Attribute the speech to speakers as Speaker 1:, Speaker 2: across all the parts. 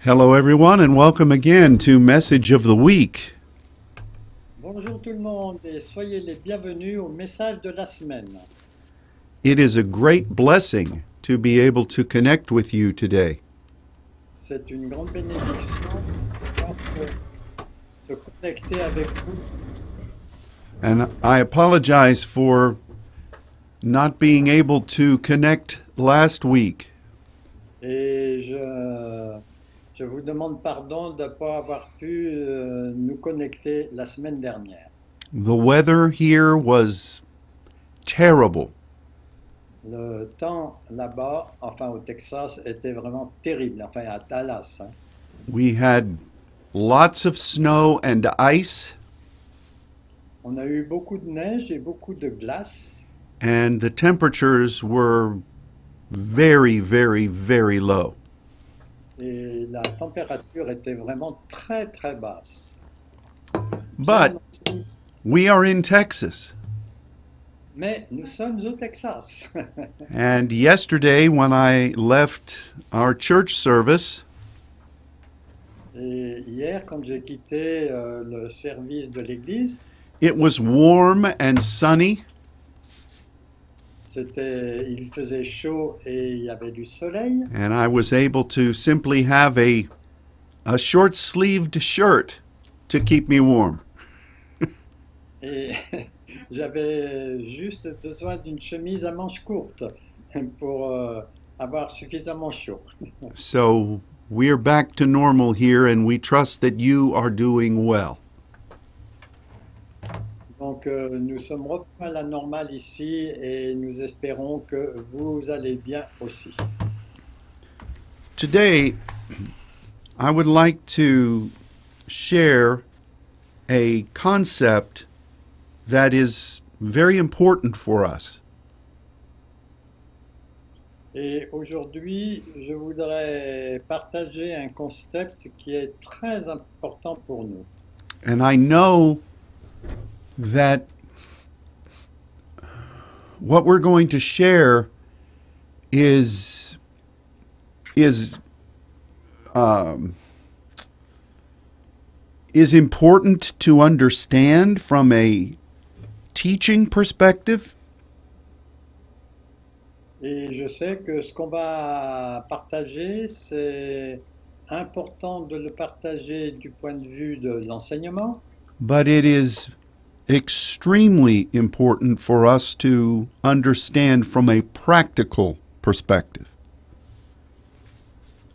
Speaker 1: Hello, everyone, and welcome again to Message of the Week.
Speaker 2: Bonjour tout le monde et soyez les bienvenus au message de la semaine.
Speaker 1: It is a great blessing to be able to connect with you today.
Speaker 2: C'est une grande bénédiction de pouvoir se, se connecter avec vous.
Speaker 1: And I apologize for not being able to connect last week.
Speaker 2: Et je, je vous demande pardon de ne pas avoir pu euh, nous connecter la semaine dernière.
Speaker 1: The weather here was terrible,
Speaker 2: Le temps là-bas, enfin au Texas, était vraiment terrible, enfin à Dallas. hein.
Speaker 1: we had lots of snow and ice,
Speaker 2: On a eu beaucoup de neige et beaucoup de glace
Speaker 1: and the temperatures were very, very, very low.
Speaker 2: et la température était vraiment très très basse.
Speaker 1: But we are in Texas.
Speaker 2: Mais nous sommes au Texas.
Speaker 1: And yesterday, when I left our church service,
Speaker 2: Et hier, quand j'ai quitté euh, le service de l'église,
Speaker 1: it was warm and sunny,
Speaker 2: c'était, il faisait chaud et il y avait du soleil.
Speaker 1: and I was able to simply have a, a short sleeved shirt to keep me warm.
Speaker 2: Et j'avais juste besoin d'une chemise à manches courtes pour euh, avoir suffisamment chaud.
Speaker 1: So we're back to normal here, and we trust that you are doing well.
Speaker 2: Donc euh, nous sommes revenus à la normale ici et nous espérons que vous allez bien aussi.
Speaker 1: Today, I would like to share a concept that is very important for us.
Speaker 2: Et aujourd'hui, je voudrais partager un concept qui est très important pour nous.
Speaker 1: And I know that what we're going to share is is um, is important to understand from a teaching perspective,
Speaker 2: Et je sais que ce qu'on va partager, c'est important de le partager du point de vue de l'enseignement,
Speaker 1: but it is extremely important for us to understand from a practical perspective.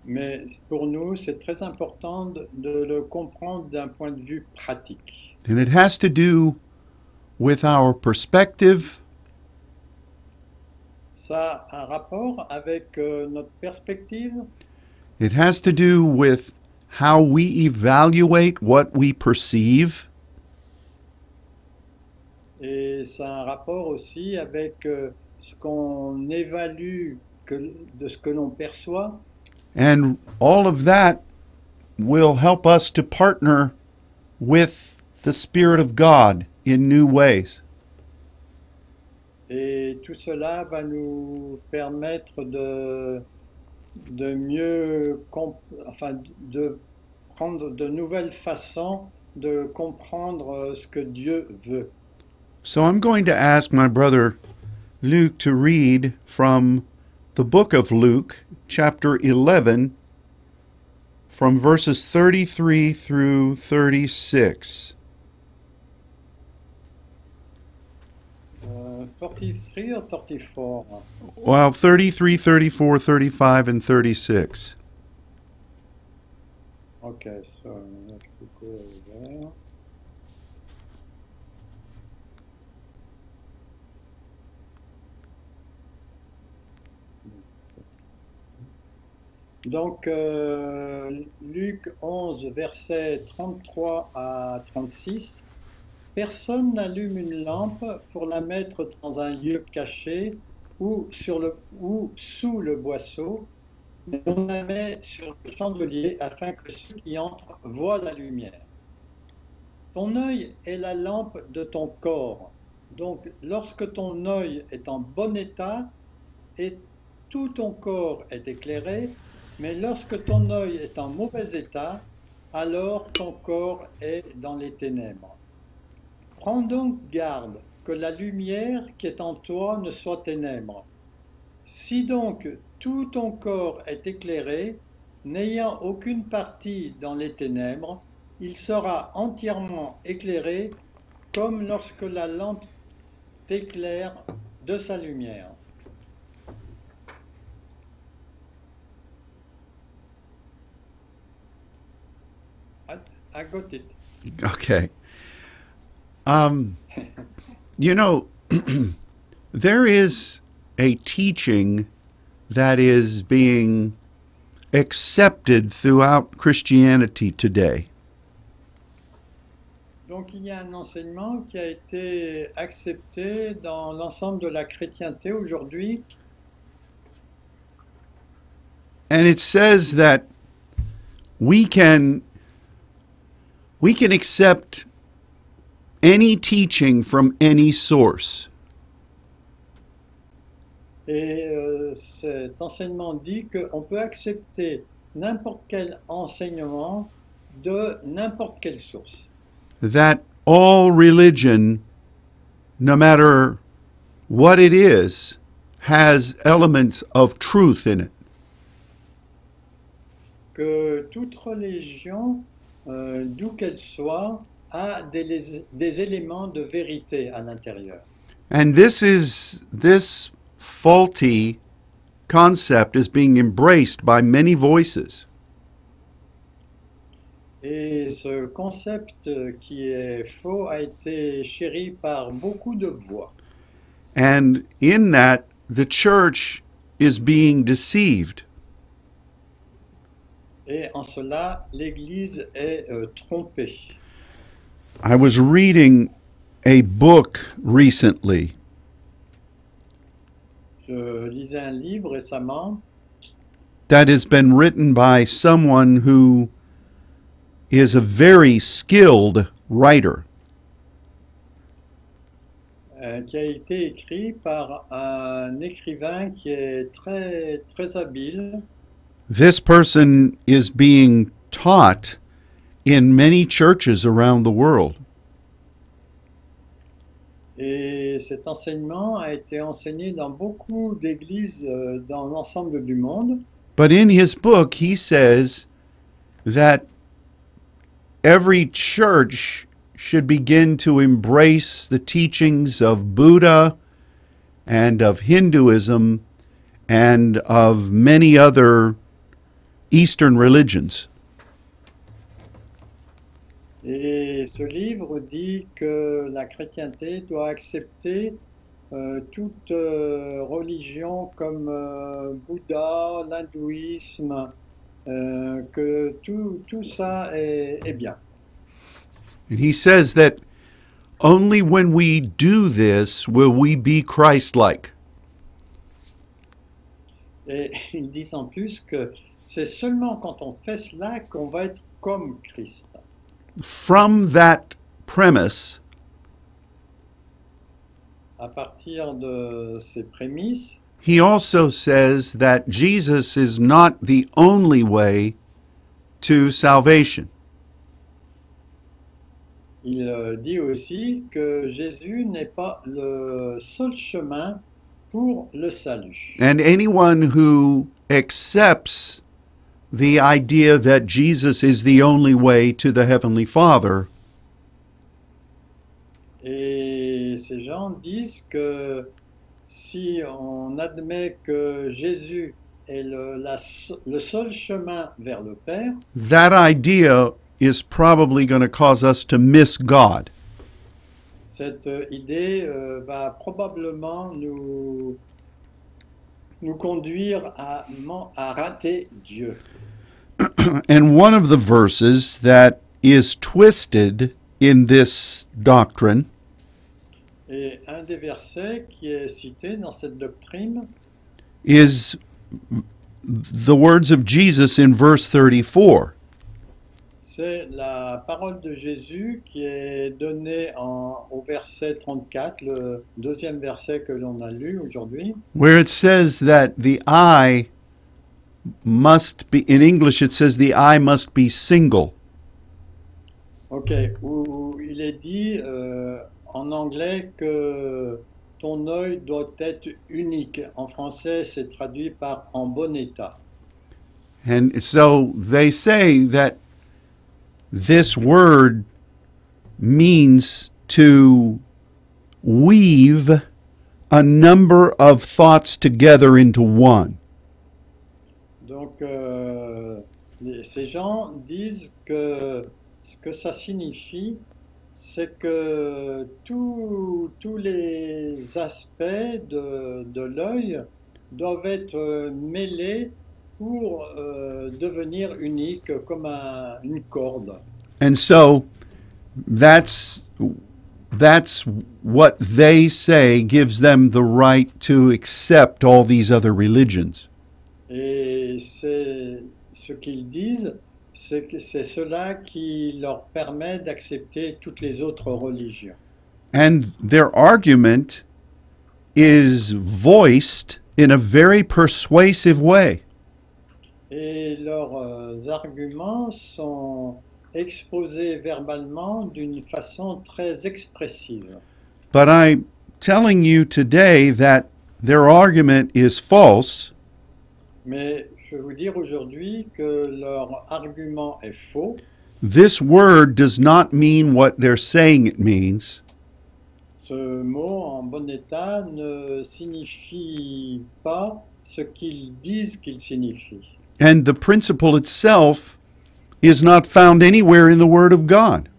Speaker 2: mais pour nous, c'est très important de, de le comprendre d'un point de vue pratique.
Speaker 1: And it has to do with our perspective
Speaker 2: Ça a un rapport avec euh, notre perspective,
Speaker 1: It has to do with how we evaluate what we perceive,
Speaker 2: et ça a un rapport aussi avec euh, ce qu'on évalue que- de ce que l'on perçoit,
Speaker 1: and all of that will help us to partner with the Spirit of God in new ways.
Speaker 2: Et tout cela va nous permettre de, de mieux, comp- enfin, de prendre de nouvelles façons de comprendre euh, ce que Dieu veut.
Speaker 1: So I'm going to ask my brother Luke to read from the book of Luke, chapter 11, from verses 33 through 36.
Speaker 2: Euh, 43 ou 44?
Speaker 1: Well, 33, 34, 35, and 36.
Speaker 2: Ok, so, let's go over. Donc, euh, Luc 11, versets 33 à 36. Personne n'allume une lampe pour la mettre dans un lieu caché ou, sur le, ou sous le boisseau, mais on la met sur le chandelier afin que ceux qui entrent voient la lumière. Ton œil est la lampe de ton corps. Donc, lorsque ton œil est en bon état et tout ton corps est éclairé, Mais lorsque ton œil est en mauvais état, alors ton corps est dans les ténèbres. Prends donc garde que la lumière qui est en toi ne soit ténèbre. Si donc tout ton corps est éclairé, n'ayant aucune partie dans les ténèbres, il sera entièrement éclairé comme lorsque la lampe t'éclaire de sa lumière. I, I got it.
Speaker 1: Okay. Um, you know, there is a teaching that is being accepted throughout Christianity today.
Speaker 2: Donc il y a un enseignement qui a été accepté dans l'ensemble de la chrétienté aujourd'hui
Speaker 1: And it says that we can we can accept any teaching from any source.
Speaker 2: et euh, cet enseignement dit qu'on peut accepter n'importe quel enseignement de n'importe quelle source.
Speaker 1: that all religion, no matter what it is, has elements of truth in it.
Speaker 2: que toute religion, euh, d'où qu'elle soit, a des, des éléments de vérité à l'intérieur.
Speaker 1: And this is this faulty concept is being embraced by many voices.
Speaker 2: Et ce concept euh, qui est faux a été chéri par beaucoup de voix.
Speaker 1: And in that, the church is being deceived.
Speaker 2: Et en cela, l'Église est euh, trompée.
Speaker 1: I was reading a book recently,
Speaker 2: Je lisais un livre récemment
Speaker 1: that has been written by someone who is a very skilled writer.
Speaker 2: euh, qui a été écrit par un écrivain qui est très, très habile.
Speaker 1: This person is being taught in many churches around the world.
Speaker 2: Et cet enseignement a été enseigné dans beaucoup d'églises euh, dans l'ensemble du monde.
Speaker 1: But in his book, he says that every church should begin to embrace the teachings of Buddha and of Hinduism and of many other Eastern religions.
Speaker 2: Et ce livre dit que la chrétienté doit accepter euh, toute euh, religion comme euh, Bouddha, l'hindouisme, euh, que tout, tout ça est, est bien.
Speaker 1: And he says that only when we do this will we be Christ like.
Speaker 2: Et ils disent en plus que c'est seulement quand on fait cela qu'on va être comme Christ.
Speaker 1: from that premise,
Speaker 2: À partir de ces prémices,
Speaker 1: he also says that Jesus is not the only way to salvation.
Speaker 2: Il euh, dit aussi que Jésus n'est pas le seul chemin pour le salut.
Speaker 1: And anyone who accepts the idea that Jesus is the only way to the Heavenly Father
Speaker 2: Et ces gens disent que si on admet que Jésus est le, la so- le seul chemin vers le Père,
Speaker 1: that idea is probably going to cause us to miss God.
Speaker 2: cette euh, idée euh, va probablement nous, nous conduire à, man- à rater Dieu.
Speaker 1: And one of the verses that is twisted in this doctrine
Speaker 2: Et un des versets qui est cité dans cette doctrine,
Speaker 1: is the words of Jesus in verse 34.
Speaker 2: C'est la parole de Jésus qui est donnée en- au verset 34, le deuxième verset que l'on a lu aujourd'hui,
Speaker 1: where it says that the eye must be, in English, it says the eye must be single.
Speaker 2: Ok, où il est dit euh, en anglais que ton œil doit être unique. En français, c'est traduit par en bon état.
Speaker 1: And so they say that this word means to weave a number of thoughts together into one.
Speaker 2: Donc, euh, les- ces gens disent que ce que ça signifie, c'est que tous- tous les aspects de, de l'œil doivent être euh, mêlés pour euh, devenir unique comme un- une corde.
Speaker 1: And so that's that's what they say gives them the right to accept all these other religions.
Speaker 2: Et c'est ce qu'ils disent, c'est que c'est cela qui leur permet d'accepter toutes les autres religions.
Speaker 1: And their argument is voiced in a very persuasive way.
Speaker 2: Et leurs euh, arguments sont exposés verbalement d'une façon très expressive.
Speaker 1: But I'm telling you today that their argument is false
Speaker 2: Mais je vais vous dire aujourd'hui que leur argument est faux.
Speaker 1: This word does not mean what they're saying it means,
Speaker 2: Ce mot en bon état ne signifie pas ce qu'ils disent qu'il signifie.
Speaker 1: and the principle itself is not found anywhere in the Word of God.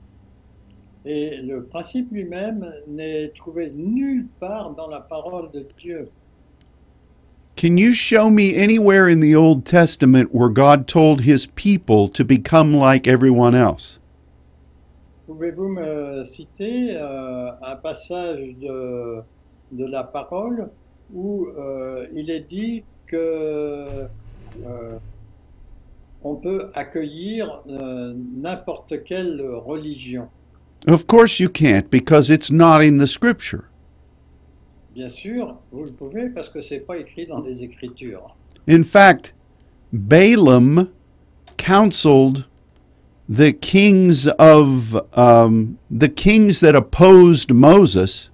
Speaker 2: Et le principe lui-même n'est trouvé nulle part dans la parole de Dieu.
Speaker 1: Can you show me anywhere in the Old Testament where God told his people to become like everyone else?
Speaker 2: Pouvez-vous me citer euh, un passage de, de la parole où euh, il est dit que euh, on peut accueillir euh, n'importe quelle religion
Speaker 1: Of course you can't because it's not in the scripture.
Speaker 2: Bien sûr, vous le pouvez parce que c'est pas écrit dans les Écritures.
Speaker 1: In fact, Balaam counseled the kings of um, the kings that opposed Moses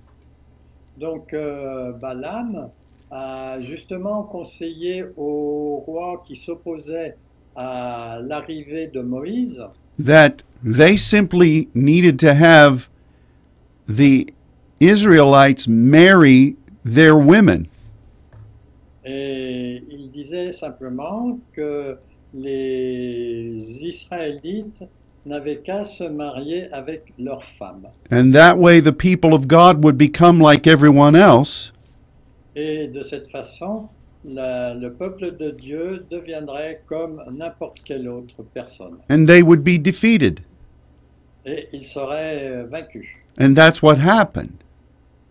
Speaker 2: Donc euh, Balaam a justement conseillé au roi qui s'opposait à l'arrivée de Moïse
Speaker 1: that they simply needed to have the Israelites marry their women.
Speaker 2: et il disait simplement que les Israélites n'avaient qu'à se marier avec leurs femmes.
Speaker 1: And that way, the people of God would become like everyone else.
Speaker 2: Et de cette façon, la- le peuple de Dieu deviendrait comme n'importe quelle autre personne
Speaker 1: And they would be defeated.
Speaker 2: et il serait euh, vaincu.
Speaker 1: And that's what happened.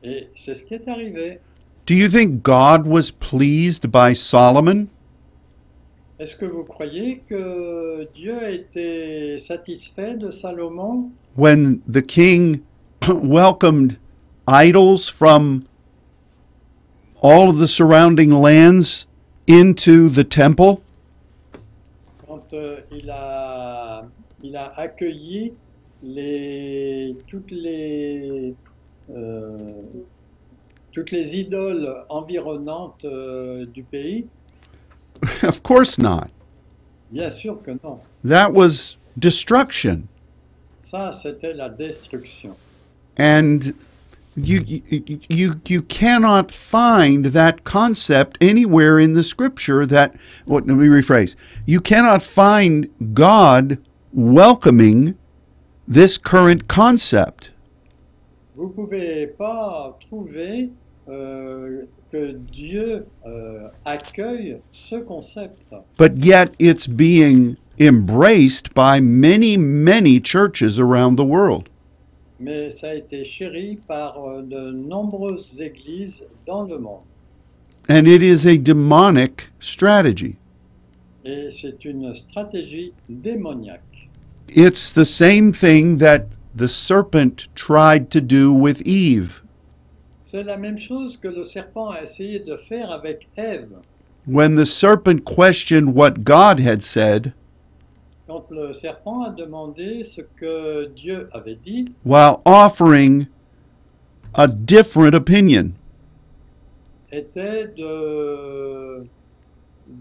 Speaker 2: Et c'est ce qui est arrivé.
Speaker 1: Do you think God was pleased by Solomon?
Speaker 2: Est-ce que vous croyez que Dieu a été satisfait de Salomon
Speaker 1: when the king welcomed idols from all of the surrounding lands into the temple?
Speaker 2: quand euh, il, a, il a accueilli les, toutes, les, euh, toutes les idoles environnantes euh, du pays
Speaker 1: of course not.
Speaker 2: Bien sûr que non.
Speaker 1: That was destruction.
Speaker 2: Ça, c'était la destruction.
Speaker 1: And you, you, you, you cannot find that concept anywhere in the scripture that, what, let me rephrase. You cannot find God welcoming this current concept.
Speaker 2: Vous ne pouvez pas trouver euh, que Dieu euh, accueille ce concept.
Speaker 1: But yet it's being embraced by many, many churches around the world.
Speaker 2: mais ça a été chéri par euh, de nombreuses églises dans le monde.
Speaker 1: And it is a demonic strategy.
Speaker 2: Et c'est une stratégie démoniaque.
Speaker 1: It's the same thing that the serpent tried to do with Eve.
Speaker 2: C'est la même chose que le serpent a essayé de faire avec Ève.
Speaker 1: When the serpent questioned what God had said,
Speaker 2: Quand le serpent a demandé ce que Dieu avait dit
Speaker 1: while offering a different opinion.
Speaker 2: était de,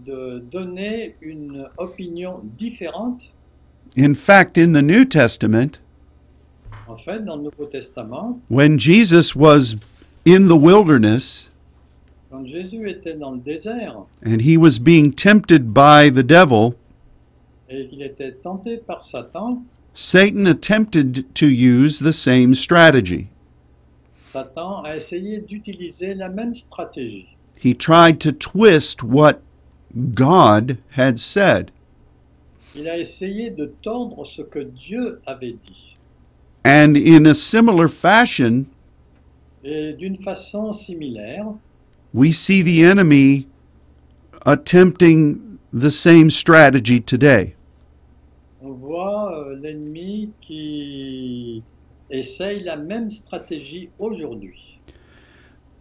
Speaker 2: de donner une opinion différente.
Speaker 1: In fact, in the New Testament,
Speaker 2: En fait, dans le Nouveau Testament,
Speaker 1: when Jesus was in the wilderness
Speaker 2: quand Jésus était dans le désert
Speaker 1: and he was being tempted by the devil,
Speaker 2: et qu'il était tenté par Satan,
Speaker 1: Satan attempted to use the same strategy.
Speaker 2: Satan a essayé d'utiliser la même stratégie.
Speaker 1: He tried to twist what God had said.
Speaker 2: Il a essayé de tordre ce que Dieu avait dit.
Speaker 1: And in a similar fashion,
Speaker 2: Et d'une façon similaire,
Speaker 1: we see the enemy attempting the same strategy today.
Speaker 2: on voit euh, l'ennemi qui essaye la même stratégie aujourd'hui.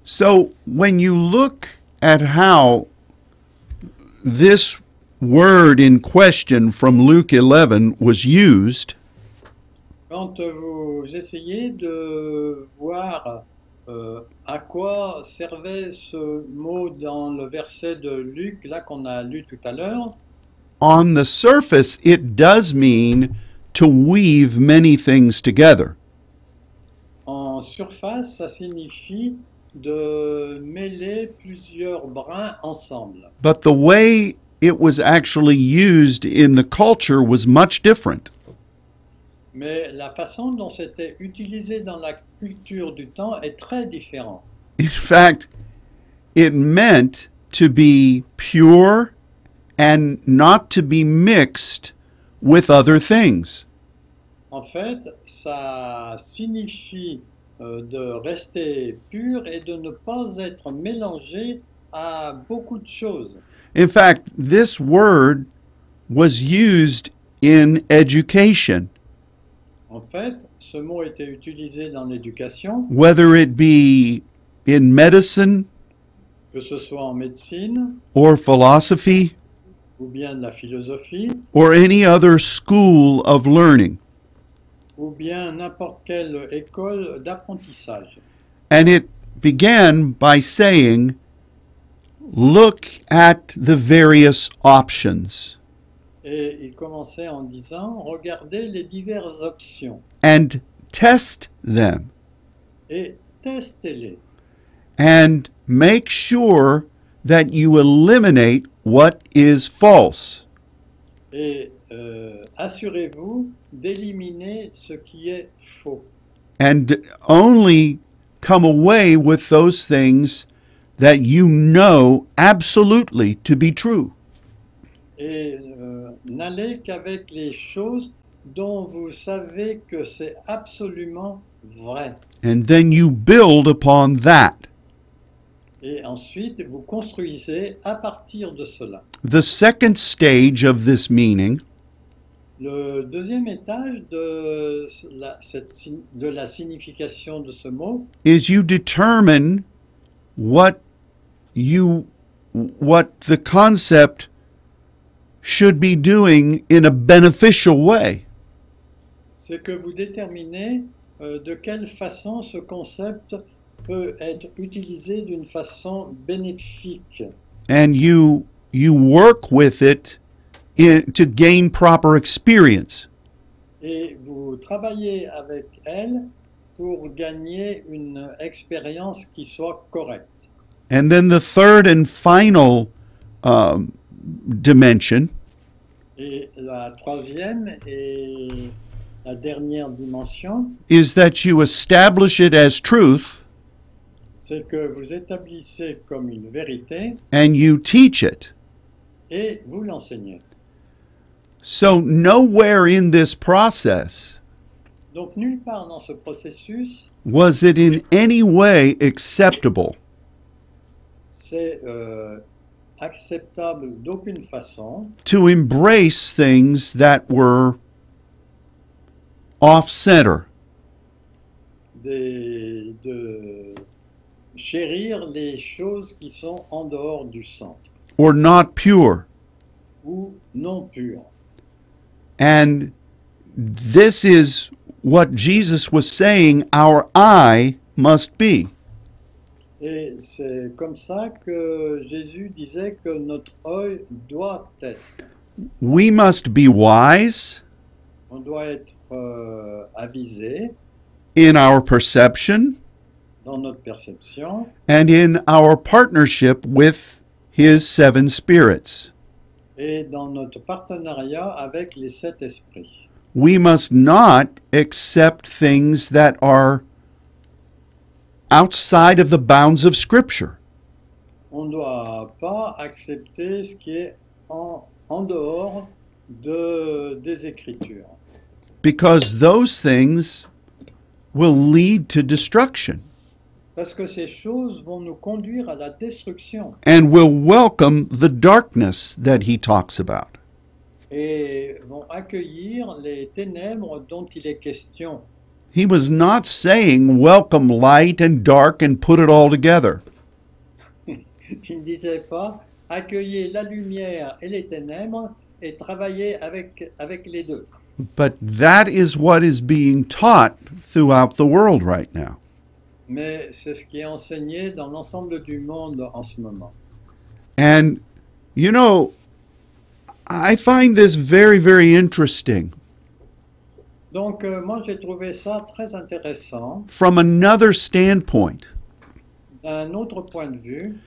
Speaker 1: So when you look at how this word in question from Luke 11 was used,
Speaker 2: Quand euh, vous essayez de voir euh, à quoi servait ce mot dans le verset de Luc, là qu'on a lu tout à l'heure,
Speaker 1: on the surface it does mean to weave many things together.
Speaker 2: en surface, ça signifie de mêler plusieurs brins ensemble.
Speaker 1: But the way it was actually used in the culture was much different.
Speaker 2: Mais la façon dont c'était utilisé dans la culture du temps est très différente.
Speaker 1: In fact, it meant to be pure and not to be mixed with other things.
Speaker 2: En fait, ça signifie euh, de rester pur et de ne pas être mélangé à beaucoup de choses.
Speaker 1: In fact, this word was used in education,
Speaker 2: En fait, ce mot était utilisé dans l'éducation,
Speaker 1: whether it be in medicine
Speaker 2: que ce soit en médecine
Speaker 1: or philosophy
Speaker 2: ou bien de la philosophie
Speaker 1: or any other school of learning.
Speaker 2: ou bien n'importe quelle école d'apprentissage.
Speaker 1: And it began by saying, Look at the various options
Speaker 2: Et il commençait en disant, regardez les diverses options
Speaker 1: and test them
Speaker 2: et testez-les.
Speaker 1: and make sure that you eliminate what is false.
Speaker 2: Et euh, assurez-vous d'éliminer ce qui est faux.
Speaker 1: and only come away with those things that you know absolutely to be true.
Speaker 2: et euh, n'allez qu'avec les choses dont vous savez que c'est absolument vrai.
Speaker 1: And then you build upon that.
Speaker 2: Et ensuite, vous construisez à partir de cela.
Speaker 1: The second stage of this meaning
Speaker 2: Le deuxième étage de la, cette si- de la signification de ce mot,
Speaker 1: is you determine what you what the concept should be doing in a beneficial way.
Speaker 2: c'est que vous déterminez euh, de quelle façon ce concept peut être utilisé d'une façon bénéfique.
Speaker 1: And you you work with it in, to gain proper experience.
Speaker 2: et vous travaillez avec elle pour gagner une expérience qui soit correcte.
Speaker 1: And then the third and final um, dimension
Speaker 2: Et la troisième et la dernière dimension,
Speaker 1: is that you establish it as truth
Speaker 2: c'est que vous établissez comme une vérité
Speaker 1: and you teach it.
Speaker 2: et vous l'enseignez.
Speaker 1: So, nowhere in this process
Speaker 2: Donc nulle part dans ce processus,
Speaker 1: was it in any way acceptable.
Speaker 2: c'est euh, acceptable d'aucune façon
Speaker 1: to embrace things that were off center.
Speaker 2: des- de chérir les choses qui sont en dehors du centre.
Speaker 1: or not pure.
Speaker 2: ou non pur.
Speaker 1: And this is what Jesus was saying our eye must be.
Speaker 2: Et c'est comme ça que Jésus disait que notre œil doit être.
Speaker 1: We must be wise
Speaker 2: On doit être euh, avisé
Speaker 1: in our perception
Speaker 2: dans notre perception
Speaker 1: and in our partnership with His seven spirits.
Speaker 2: et dans notre partenariat avec les sept esprits.
Speaker 1: we must not accept things that are outside of the bounds of Scripture.
Speaker 2: On ne doit pas accepter ce qui est en, en dehors de, des Écritures,
Speaker 1: because those things will lead to destruction
Speaker 2: parce que ces choses vont nous conduire à la destruction
Speaker 1: and will welcome the darkness that he talks about.
Speaker 2: et vont accueillir les ténèbres dont il est question.
Speaker 1: He was not saying welcome light and dark and put it all together.
Speaker 2: Il ne disait pas accueillez la lumière et les ténèbres et travaillez avec, avec les deux.
Speaker 1: But that is what is being taught throughout the world right now.
Speaker 2: Mais c'est ce qui est enseigné dans l'ensemble du monde en ce moment.
Speaker 1: And, you know, I find this very, very interesting
Speaker 2: Donc euh, moi j'ai trouvé ça très intéressant
Speaker 1: from another standpoint
Speaker 2: d'un autre point de vue,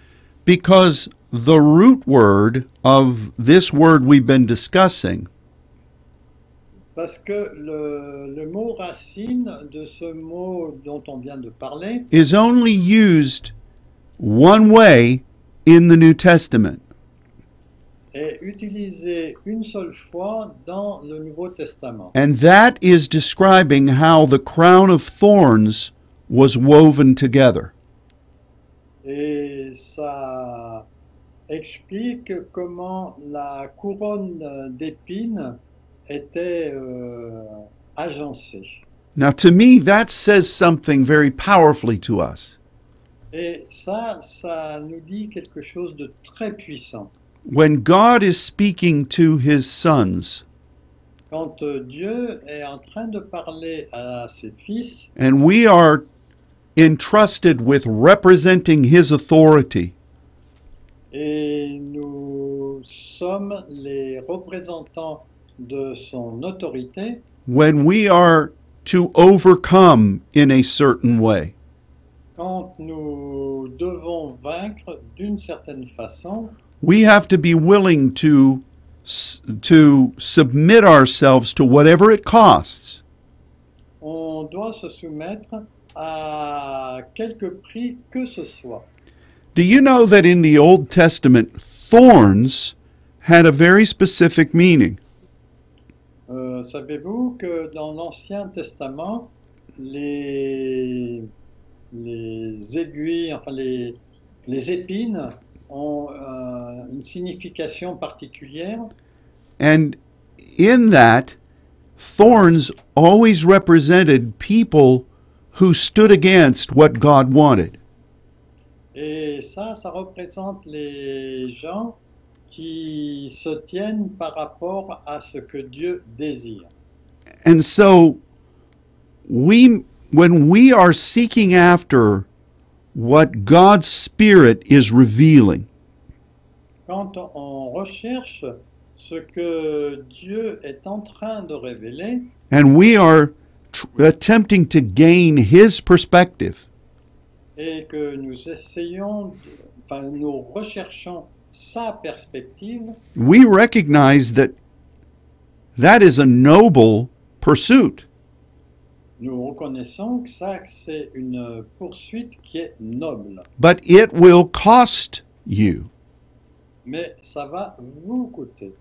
Speaker 1: because the root word of this word we've been discussing
Speaker 2: parce que le, le mot racine de ce mot dont on vient de parler
Speaker 1: is only used one way in the New Testament.
Speaker 2: est utilisé une seule fois dans le Nouveau Testament.
Speaker 1: And that is describing how the crown of thorns was woven together.
Speaker 2: Et ça explique comment la couronne d'épines était euh, agencée.
Speaker 1: Now, to me, that says something very powerfully to us.
Speaker 2: Et ça, ça nous dit quelque chose de très puissant.
Speaker 1: When God is speaking to his sons,
Speaker 2: Quand euh, Dieu est en train de parler à ses fils
Speaker 1: And we are entrusted with representing his authority.
Speaker 2: et nous sommes les représentants de son autorité,
Speaker 1: When we are to overcome in a certain way,
Speaker 2: quand nous devons vaincre d'une certaine façon,
Speaker 1: we have to be willing to s- to submit ourselves to whatever it costs.
Speaker 2: on doit se soumettre à quelque prix que ce soit.
Speaker 1: Do you know that in the Old Testament thorns had a very specific meaning?
Speaker 2: Euh, Savez-vous que dans l'Ancien Testament, les, les aiguilles, enfin les, les épines ont euh, une signification particulière
Speaker 1: And in that thorns always represented people who stood against what God wanted.
Speaker 2: et ça, ça représente les gens qui se tiennent par rapport à ce que Dieu désire.
Speaker 1: And so we when we are seeking after what God's spirit is revealing,
Speaker 2: Quand on recherche ce que Dieu est en train de révéler
Speaker 1: and we are tr- attempting to gain his perspective,
Speaker 2: et que nous essayons, de- enfin nous recherchons sa perspective,
Speaker 1: we recognize that that is a noble pursuit.
Speaker 2: nous reconnaissons que ça c'est une poursuite qui est noble,
Speaker 1: But it will cost you.
Speaker 2: mais ça va vous coûter.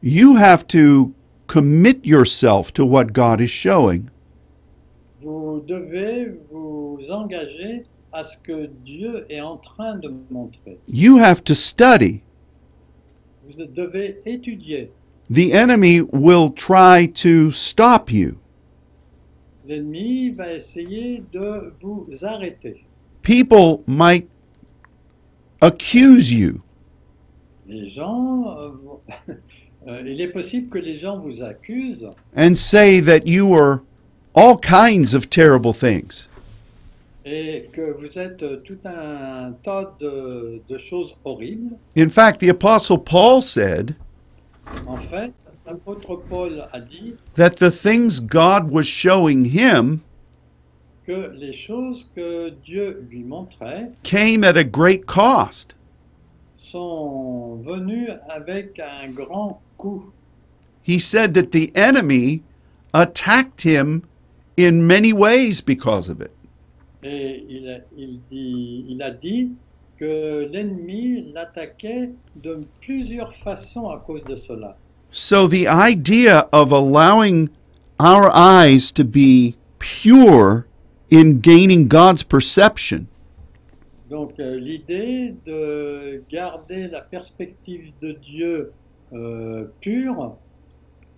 Speaker 1: You have to commit yourself to what God is showing.
Speaker 2: Vous devez vous engager à ce que Dieu est en train de montrer.
Speaker 1: You have to study.
Speaker 2: Vous devez étudier.
Speaker 1: The enemy will try to stop you.
Speaker 2: L'ennemi va essayer de vous arrêter.
Speaker 1: People might accuse you.
Speaker 2: les gens, euh, vont- euh, il est possible que les gens vous accusent
Speaker 1: and say that you were all kinds of terrible things.
Speaker 2: et que vous êtes tout un tas de, de choses horribles.
Speaker 1: In fact, the Apostle Paul said
Speaker 2: En fait, l'apôtre Paul a dit
Speaker 1: that the things God was showing him
Speaker 2: que les choses que Dieu lui montrait
Speaker 1: came at a great cost.
Speaker 2: sont venues avec un grand coup.
Speaker 1: He said that the enemy attacked him in many ways because of it.
Speaker 2: Et il, a- il dit- il a dit que l'ennemi l'attaquait de plusieurs façons à cause de cela.
Speaker 1: So the idea of allowing our eyes to be pure in gaining God's perception
Speaker 2: Donc euh, l'idée de garder la perspective de Dieu euh, pure,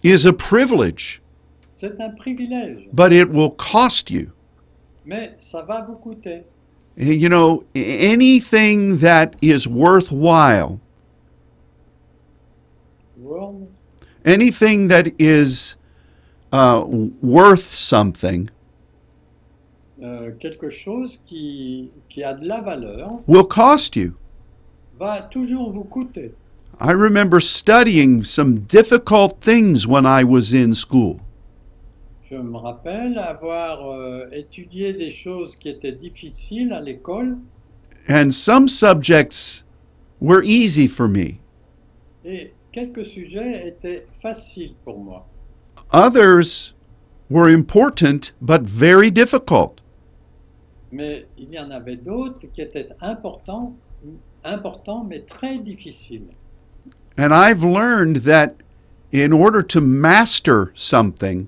Speaker 1: is a privilege,
Speaker 2: c'est un privilège,
Speaker 1: but it will cost you.
Speaker 2: mais ça va vous coûter.
Speaker 1: You know, anything that is worthwhile,
Speaker 2: World,
Speaker 1: anything that is uh, worth something,
Speaker 2: euh, quelque chose qui, qui a de la valeur
Speaker 1: will cost you.
Speaker 2: va toujours vous coûter.
Speaker 1: I remember studying some difficult things when I was in school.
Speaker 2: Je me rappelle avoir euh, étudié des choses qui étaient difficiles à l'école
Speaker 1: And some subjects were easy for me.
Speaker 2: et quelques sujets étaient faciles pour moi.
Speaker 1: Others were important but very difficult.
Speaker 2: Mais il y en avait d'autres qui étaient importants, importants mais très difficiles.
Speaker 1: And I've learned that in order to master something,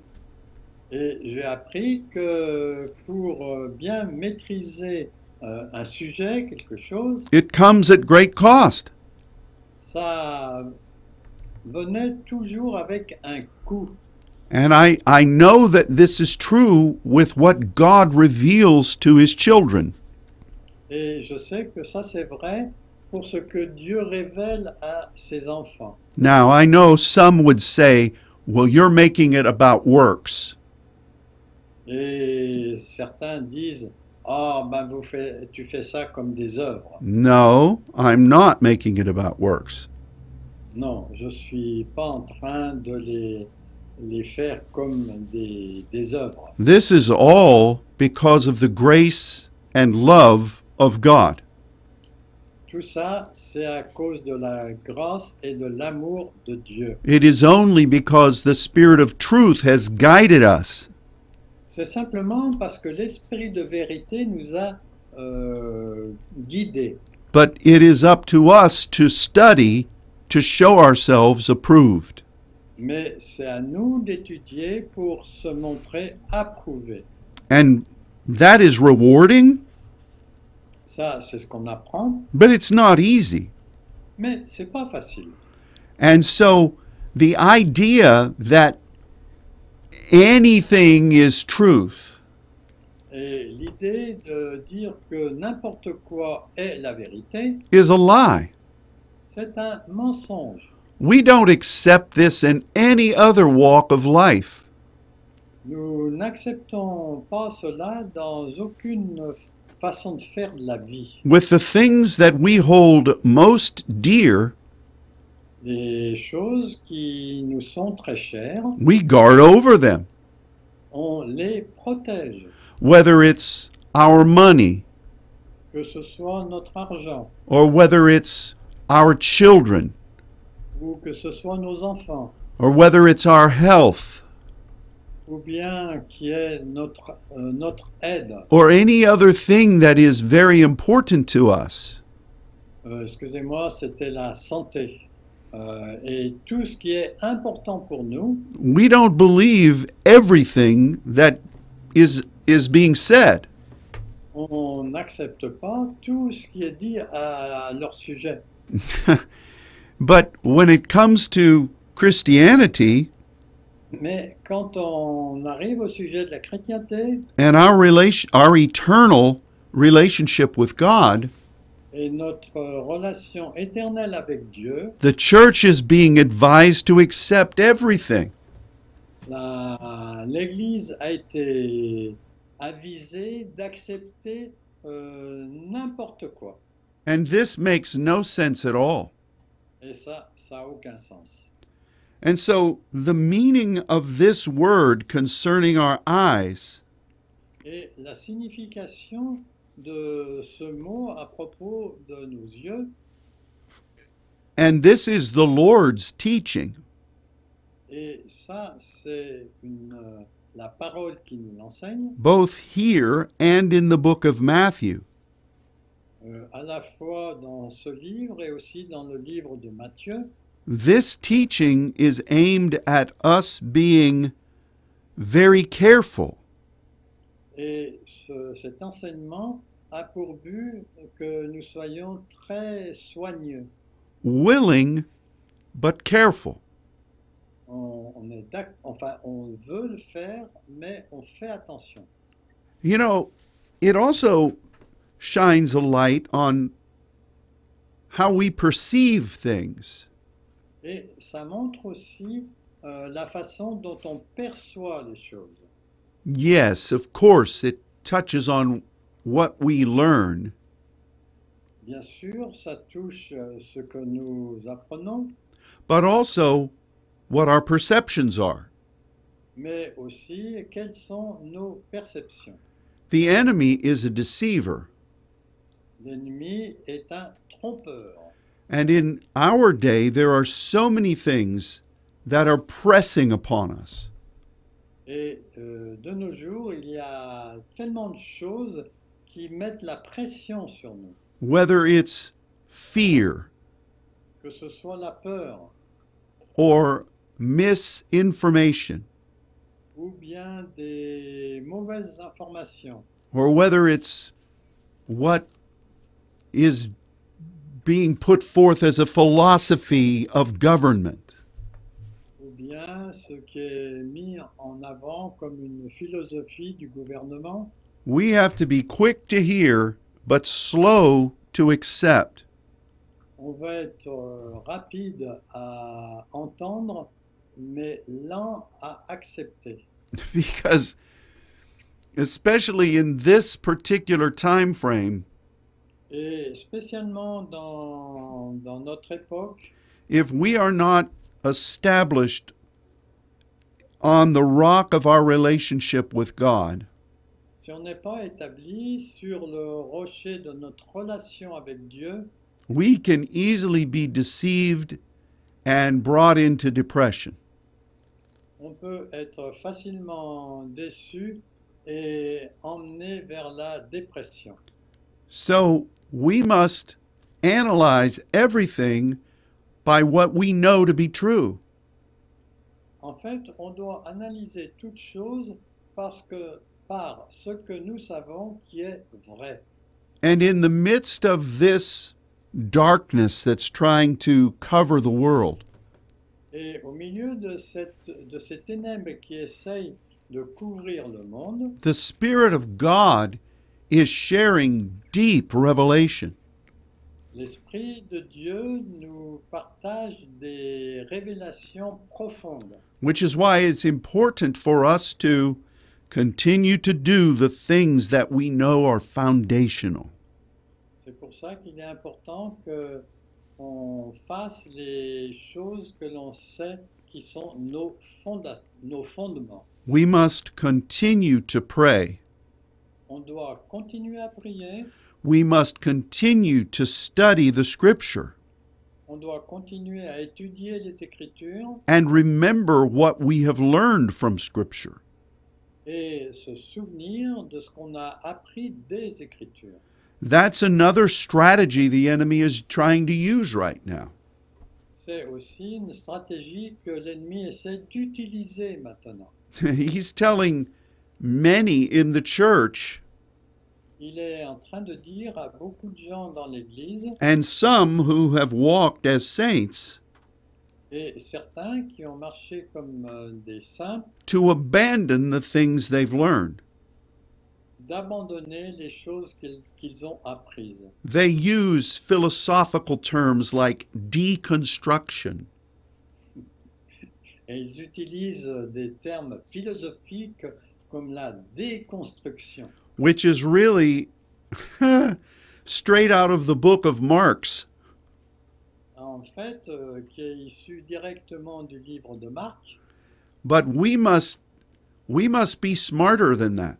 Speaker 2: Et j'ai appris que pour euh, bien maîtriser euh, un sujet, quelque chose,
Speaker 1: it comes at great cost.
Speaker 2: ça venait toujours avec un coût.
Speaker 1: And I, I know that this is true with what God reveals to his children.
Speaker 2: Et je sais que ça c'est vrai pour ce que Dieu révèle à ses enfants.
Speaker 1: Now, I know some would say, well, you're making it about works.
Speaker 2: Et certains disent, ah ben vous fais- tu fais ça comme des œuvres.
Speaker 1: No, I'm not making it about works.
Speaker 2: Non, je suis pas en train de les, les faire comme des, des œuvres.
Speaker 1: This is all because of the grace and love of God.
Speaker 2: Tout ça, c'est à cause de la grâce et de l'amour de Dieu.
Speaker 1: It is only because the Spirit of truth has guided us.
Speaker 2: C'est simplement parce que l'Esprit de vérité nous a euh, guidés.
Speaker 1: But it is up to us to study to show ourselves approved.
Speaker 2: Mais c'est à nous d'étudier pour se montrer approuvés.
Speaker 1: And that is rewarding,
Speaker 2: Ça, c'est ce qu'on apprend,
Speaker 1: but it's not easy.
Speaker 2: mais c'est pas facile.
Speaker 1: And so the idea that anything is truth
Speaker 2: Et l'idée de dire que n'importe quoi est la vérité,
Speaker 1: is a lie.
Speaker 2: C'est un mensonge.
Speaker 1: We don't accept this in any other walk of life.
Speaker 2: Nous n'acceptons pas cela dans aucune façon de faire de la vie.
Speaker 1: With the things that we hold most dear,
Speaker 2: Les choses qui nous sont très chères,
Speaker 1: we guard over them,
Speaker 2: on les protège,
Speaker 1: whether it's our money
Speaker 2: que ce soit notre argent
Speaker 1: or whether it's our children
Speaker 2: ou que ce soit nos enfants
Speaker 1: or whether it's our health
Speaker 2: ou bien qui est notre, euh, notre aide.
Speaker 1: or any other thing that is very important to us.
Speaker 2: Euh, Excusez-moi, c'était la santé. Euh, et tout ce qui est important pour nous,
Speaker 1: we don't believe everything that is is being said
Speaker 2: on n'accepte pas tout ce qui est dit à leur sujet.
Speaker 1: but when it comes to christianity
Speaker 2: Mais quand on arrive au sujet de la chrétienté
Speaker 1: and our relation our eternal relationship with god
Speaker 2: et notre relation éternelle avec Dieu,
Speaker 1: The church is being advised to accept everything.
Speaker 2: la- l'Église a été avisée d'accepter euh, n'importe quoi.
Speaker 1: And this makes no sense at all.
Speaker 2: Et ça, ça n'a aucun sens.
Speaker 1: And so, the meaning of this word concerning our eyes
Speaker 2: Et la signification de ce mot à propos de nos yeux,
Speaker 1: And this is the Lord's teaching.
Speaker 2: et ça, c'est une, euh, la parole qui nous l'enseigne,
Speaker 1: both here and in the book of Matthew.
Speaker 2: euh, à la fois dans ce livre et aussi dans le livre de Matthieu.
Speaker 1: This teaching is aimed at us being very careful
Speaker 2: Et ce- cet enseignement a pour but que nous soyons très soigneux.
Speaker 1: willing but careful.
Speaker 2: On, on est d'ac- enfin, on veut le faire, mais on fait attention.
Speaker 1: You know, it also shines a light on how we perceive things.
Speaker 2: Et ça montre aussi euh, la façon dont on perçoit les choses.
Speaker 1: Yes, of course, it touches on what we learn,
Speaker 2: Bien sûr, ça touche euh, ce que nous apprenons,
Speaker 1: but also what our perceptions are.
Speaker 2: mais aussi quelles sont nos perceptions.
Speaker 1: The enemy is a deceiver.
Speaker 2: L'ennemi est un trompeur.
Speaker 1: And in our day, there are so many things that are pressing upon us.
Speaker 2: Et euh, de nos jours, il y a tellement de choses qui mettent la pression sur nous,
Speaker 1: Whether it's fear
Speaker 2: que ce soit la peur
Speaker 1: or misinformation,
Speaker 2: ou bien des mauvaises informations,
Speaker 1: or whether it's what is being put forth as a philosophy of government,
Speaker 2: ou bien ce qui est mis en avant comme une philosophie du gouvernement.
Speaker 1: we have to be quick to hear but slow to accept.
Speaker 2: On va être euh, rapide à entendre, mais lent à accepter.
Speaker 1: Because, especially in this particular time frame,
Speaker 2: Et spécialement dans, dans notre époque,
Speaker 1: if we are not established on the rock of our relationship with God,
Speaker 2: si on n'est pas établi sur le rocher de notre relation avec Dieu,
Speaker 1: we can easily be deceived and brought into depression.
Speaker 2: on peut être facilement déçu et emmené vers la dépression.
Speaker 1: So we must analyze everything by what we know to be true.
Speaker 2: En fait, on doit analyser toute chose parce que, par ce que nous savons qui est vrai.
Speaker 1: And in the midst of this darkness that's trying to cover the world,
Speaker 2: Et au milieu de, cette, de ces ténèbres qui essayent de couvrir le monde,
Speaker 1: the Spirit of God is sharing deep revelation.
Speaker 2: l'Esprit de Dieu nous partage des révélations profondes.
Speaker 1: which is why it's important for us to continue to do the things that we know are foundational.
Speaker 2: C'est pour ça qu'il est important que on fasse les choses que l'on sait qui sont nos, fonda- nos fondements.
Speaker 1: We must continue to pray.
Speaker 2: On doit continuer à prier,
Speaker 1: We must continue to study the scripture
Speaker 2: on doit continuer à étudier les Écritures
Speaker 1: and remember what we have learned from scripture.
Speaker 2: et se souvenir de ce qu'on a appris des Écritures.
Speaker 1: That's another strategy the enemy is trying to use right now.
Speaker 2: C'est aussi une stratégie que l'ennemi essaie d'utiliser maintenant.
Speaker 1: He's telling many in the church
Speaker 2: Il est en train de dire à beaucoup de gens dans l'Église,
Speaker 1: and some who have walked as saints
Speaker 2: et certains qui ont marché comme euh, des saints,
Speaker 1: to abandon the things they've learned.
Speaker 2: d'abandonner les choses qu'ils qu'ils ont apprises.
Speaker 1: They use philosophical terms like deconstruction.
Speaker 2: Et ils utilisent des termes philosophiques comme la déconstruction,
Speaker 1: which is really straight out of the book of Marx.
Speaker 2: en fait, euh, qui est issu directement du livre de Marc.
Speaker 1: But we must we must be smarter than that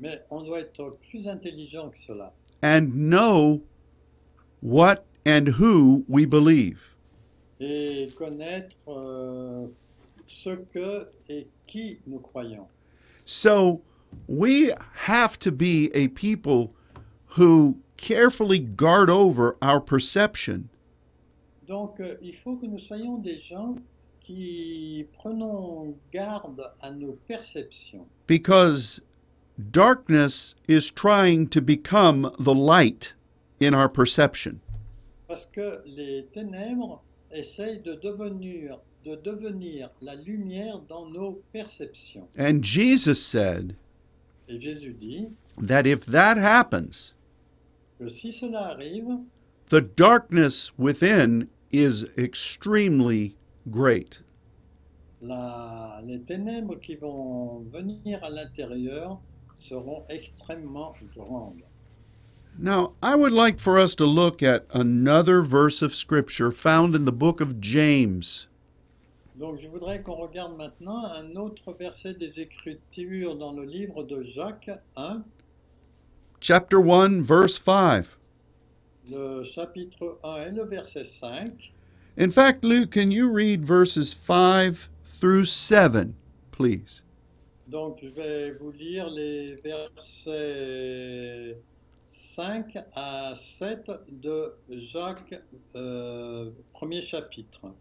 Speaker 2: Mais on doit être plus intelligent que cela
Speaker 1: and know what and who we believe.
Speaker 2: et connaître euh, ce que et qui nous croyons.
Speaker 1: So we have to be a people who carefully guard over our perception
Speaker 2: Donc, euh, il faut que nous soyons des gens qui prenons garde à nos perceptions,
Speaker 1: because darkness is trying to become the light in our perception.
Speaker 2: parce que les ténèbres essayent de devenir, de devenir la lumière dans nos perceptions.
Speaker 1: And Jesus said
Speaker 2: Et Jésus dit
Speaker 1: that if that happens,
Speaker 2: que si cela arrive,
Speaker 1: the darkness within is extremely great.
Speaker 2: la- les ténèbres qui vont venir à l'intérieur seront extrêmement grandes.
Speaker 1: Now, I would like for us to look at another verse of Scripture found in the book of James.
Speaker 2: Donc je voudrais qu'on regarde maintenant un autre verset des Écritures dans le livre de Jacques 1,
Speaker 1: chapter 1, verse 5.
Speaker 2: le chapitre 1 et le verset 5.
Speaker 1: In fact, Luke, can you read verses 5 through 7, please?
Speaker 2: Donc je vais vous lire les versets 5 à 7 de Jacques, euh, premier chapitre.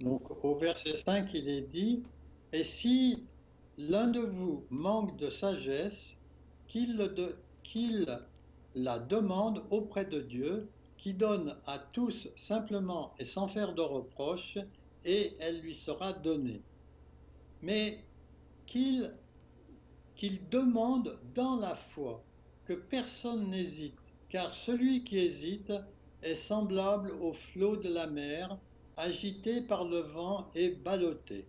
Speaker 2: Donc au verset 5, il est dit, Et si l'un de vous manque de sagesse, qu'il de- qu'il la demande auprès de Dieu, qui donne à tous simplement et sans faire de reproche, et elle lui sera donnée. Mais qu'il qu'il demande dans la foi, que personne n'hésite, car celui qui hésite est semblable au flot de la mer, agité par le vent et ballotté.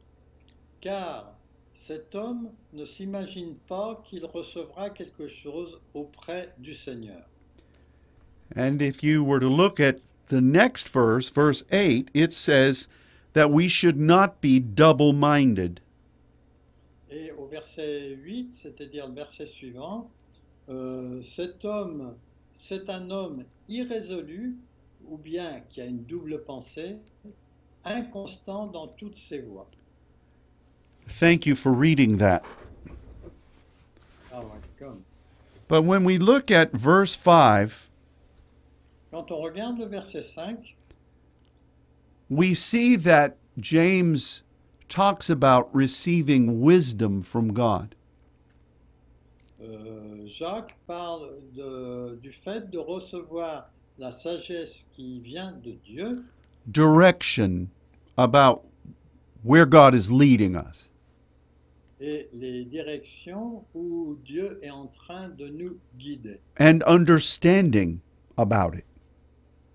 Speaker 2: Car cet homme ne s'imagine pas qu'il recevra quelque chose auprès du Seigneur.
Speaker 1: And if you were to look at the next verse, verse 8, it says that we should not be double minded.
Speaker 2: Et au verset 8, c'est-à-dire le verset suivant, euh, cet homme, c'est un homme irrésolu ou bien qui a une double pensée, inconstant dans toutes ses voies.
Speaker 1: Thank you for reading that.
Speaker 2: Ah ouais, comme.
Speaker 1: But when we look at verse 5,
Speaker 2: Quand on regarde le verset 5,
Speaker 1: we see that James talks about receiving wisdom from God.
Speaker 2: euh, Jacques parle de- du fait de recevoir la sagesse qui vient de Dieu,
Speaker 1: direction about where God is leading us.
Speaker 2: et les directions où Dieu est en train de nous guider
Speaker 1: and understanding about it.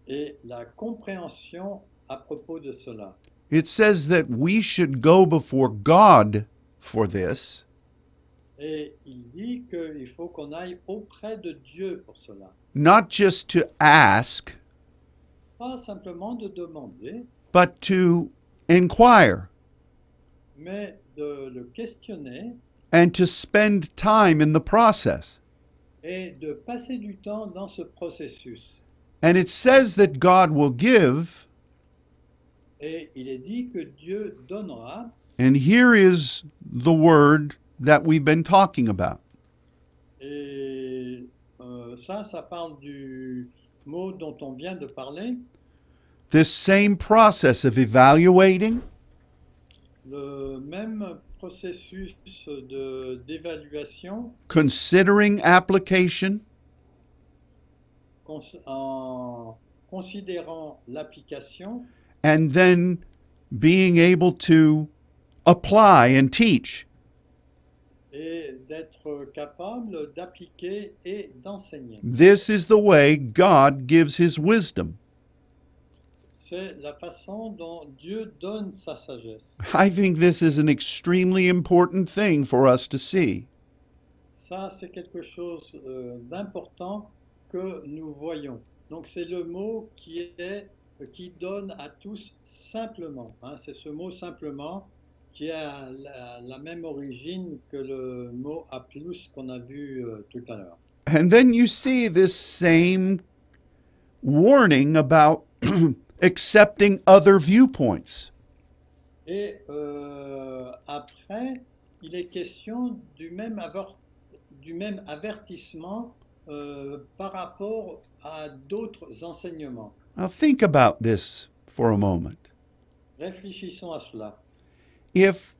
Speaker 2: et la compréhension à propos de cela.
Speaker 1: It says that we should go before God for this,
Speaker 2: Et il dit qu'il faut qu'on aille auprès de Dieu pour cela.
Speaker 1: not just to ask,
Speaker 2: Pas simplement de demander,
Speaker 1: but to inquire
Speaker 2: mais de le questionner
Speaker 1: and to spend time in the process.
Speaker 2: et de passer du temps dans ce processus.
Speaker 1: And it says that God will give,
Speaker 2: Et il est dit que Dieu donnera,
Speaker 1: and here is the word that we've been talking about.
Speaker 2: et euh, ça, ça parle du mot dont on vient de parler,
Speaker 1: This same process of evaluating,
Speaker 2: le même processus de- d'évaluation
Speaker 1: considering application,
Speaker 2: cons- en considérant l'application
Speaker 1: and then being able to apply and teach.
Speaker 2: et et d'être capable d'appliquer et d'enseigner.
Speaker 1: This is the way God gives his wisdom.
Speaker 2: C'est la façon dont Dieu donne sa sagesse.
Speaker 1: I think this is an extremely important thing for us to see.
Speaker 2: Ça, c'est quelque chose euh, d'important que nous voyons. Donc, c'est le mot qui est qui donne à tous simplement. hein. c'est ce mot simplement qui a la, la même origine que le mot aplus qu'on a vu euh, tout à l'heure.
Speaker 1: And then you see this same warning about accepting other viewpoints.
Speaker 2: Et euh, après, il est question du même, avor- du même avertissement euh, par rapport à d'autres enseignements.
Speaker 1: Now, think about this for a moment.
Speaker 2: Réfléchissons à cela.
Speaker 1: If,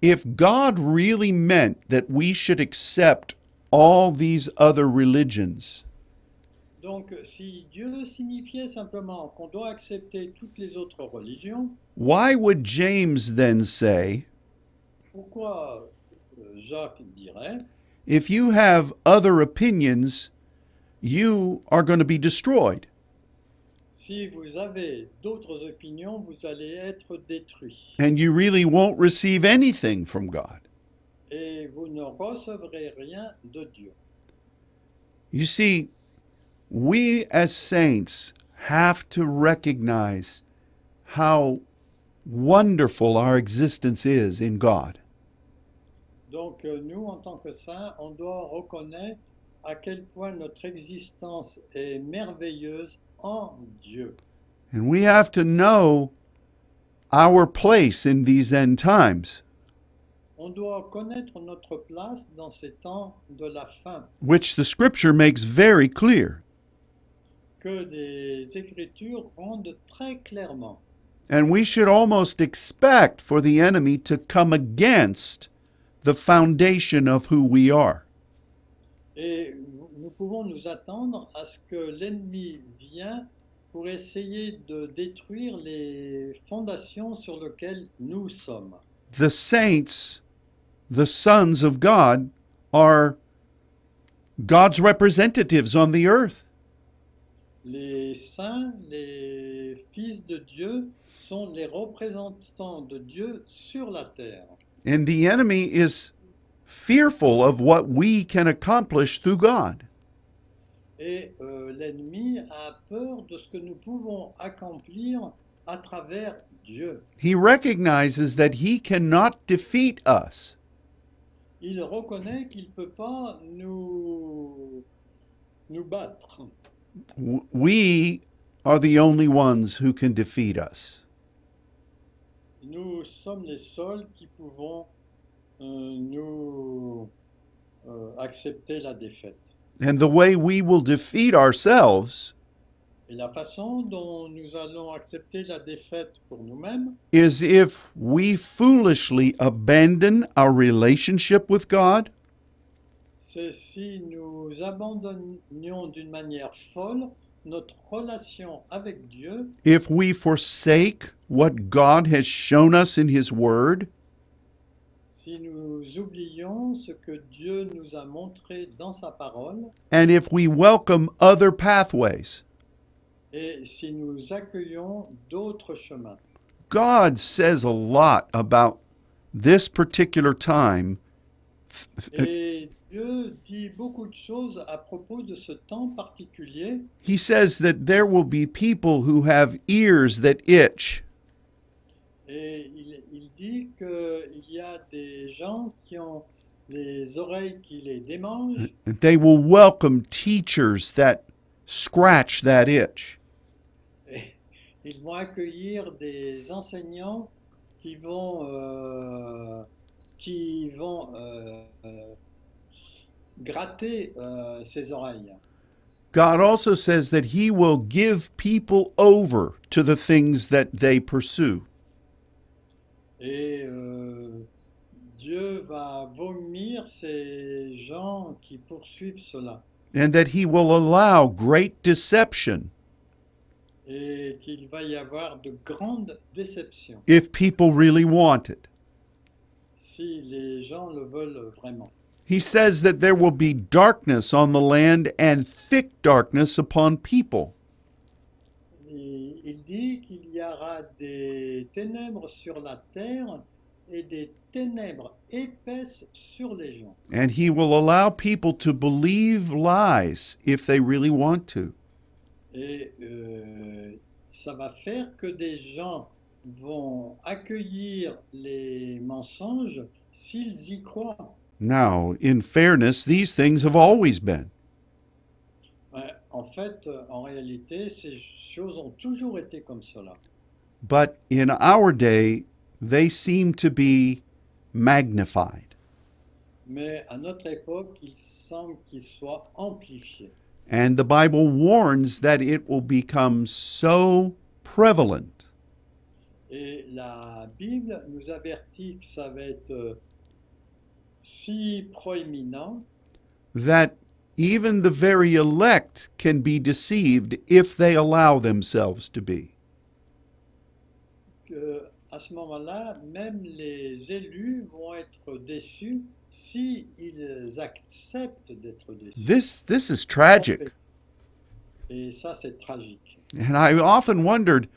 Speaker 1: if God really meant that we should accept all these other religions,
Speaker 2: Donc, si Dieu signifiait simplement qu'on doit accepter toutes les autres religions,
Speaker 1: why would James then say,
Speaker 2: pourquoi euh, Jacques dirait
Speaker 1: if you have other opinions, you are going to be destroyed?
Speaker 2: si vous avez d'autres opinions, vous allez être détruits
Speaker 1: and you really won't receive anything from God.
Speaker 2: et vous ne recevrez rien de Dieu.
Speaker 1: You see, we as saints have to recognize how wonderful our existence is in God.
Speaker 2: Donc euh, nous, en tant que saints, on doit reconnaître à quel point notre existence est merveilleuse en Dieu.
Speaker 1: And we have to know our place in these end times,
Speaker 2: On doit connaître notre place dans ces temps de la fin
Speaker 1: which the scripture makes very clear.
Speaker 2: que les Écritures rendent très clairement.
Speaker 1: And we should almost expect for the enemy to come against the foundation of who we are.
Speaker 2: Et nous pouvons nous attendre à ce que l'ennemi vienne pour essayer de détruire les fondations sur lesquelles nous sommes.
Speaker 1: the saints, the sons of God, are God's representatives on the earth.
Speaker 2: Les saints, les fils de Dieu, sont les représentants de Dieu sur la terre.
Speaker 1: And the enemy is fearful of what we can accomplish through God.
Speaker 2: Et euh, l'ennemi a peur de ce que nous pouvons accomplir à travers Dieu.
Speaker 1: He recognizes that he cannot defeat us.
Speaker 2: Il reconnaît qu'il ne peut pas nous, nous battre.
Speaker 1: W- We are the only ones who can defeat us.
Speaker 2: Nous sommes les seuls qui pouvons euh, nous euh, accepter la défaite.
Speaker 1: And the way we will defeat ourselves
Speaker 2: Et la façon dont nous allons accepter la défaite pour nous-mêmes,
Speaker 1: is if we foolishly abandon our relationship with God
Speaker 2: c'est si nous abandonnions d'une manière folle notre relation avec Dieu,
Speaker 1: if we forsake what God has shown us in His Word,
Speaker 2: si nous oublions ce que Dieu nous a montré dans sa parole,
Speaker 1: and if we welcome other pathways.
Speaker 2: et si nous accueillons d'autres chemins.
Speaker 1: God says a lot about this particular time.
Speaker 2: Et Dieu dit beaucoup de choses à propos de ce temps particulier.
Speaker 1: He says that there will be people who have ears that itch,
Speaker 2: Et il, il dit qu'il y a des gens qui ont les oreilles qui les démangent
Speaker 1: and they will welcome teachers that scratch that itch.
Speaker 2: et ils vont accueillir des enseignants qui vont, euh, qui vont euh, euh, gratter euh, ses oreilles.
Speaker 1: God also says that He will give people over to the things that they pursue.
Speaker 2: Et euh, Dieu va vomir ces gens qui poursuivent cela.
Speaker 1: and that he will allow great deception
Speaker 2: et qu'il va y avoir de grandes déceptions
Speaker 1: if people really want it.
Speaker 2: si les gens le veulent vraiment.
Speaker 1: He says that there will be darkness on the land and thick darkness upon people.
Speaker 2: Et il dit qu'il y aura des ténèbres sur la terre et des ténèbres épaisses sur les gens.
Speaker 1: And he will allow people to believe lies if they really want to.
Speaker 2: Et euh, ça va faire que des gens vont accueillir les mensonges s'ils y croient.
Speaker 1: Now, in fairness, these things have always been.
Speaker 2: Ouais, En fait, euh, en réalité, ces choses ont toujours été comme cela.
Speaker 1: But in our day, they seem to be magnified.
Speaker 2: Mais à notre époque, il semble qu'ils soient amplifiés.
Speaker 1: And the Bible warns that it will become so prevalent
Speaker 2: Et la Bible nous avertit que ça va être euh, si proéminent
Speaker 1: that even the very elect can be deceived if they allow themselves to be.
Speaker 2: que à ce moment-là, même les élus vont être déçus s'ils acceptent d'être déçus.
Speaker 1: This, this is tragic.
Speaker 2: Et ça, c'est tragique.
Speaker 1: And I often wondered,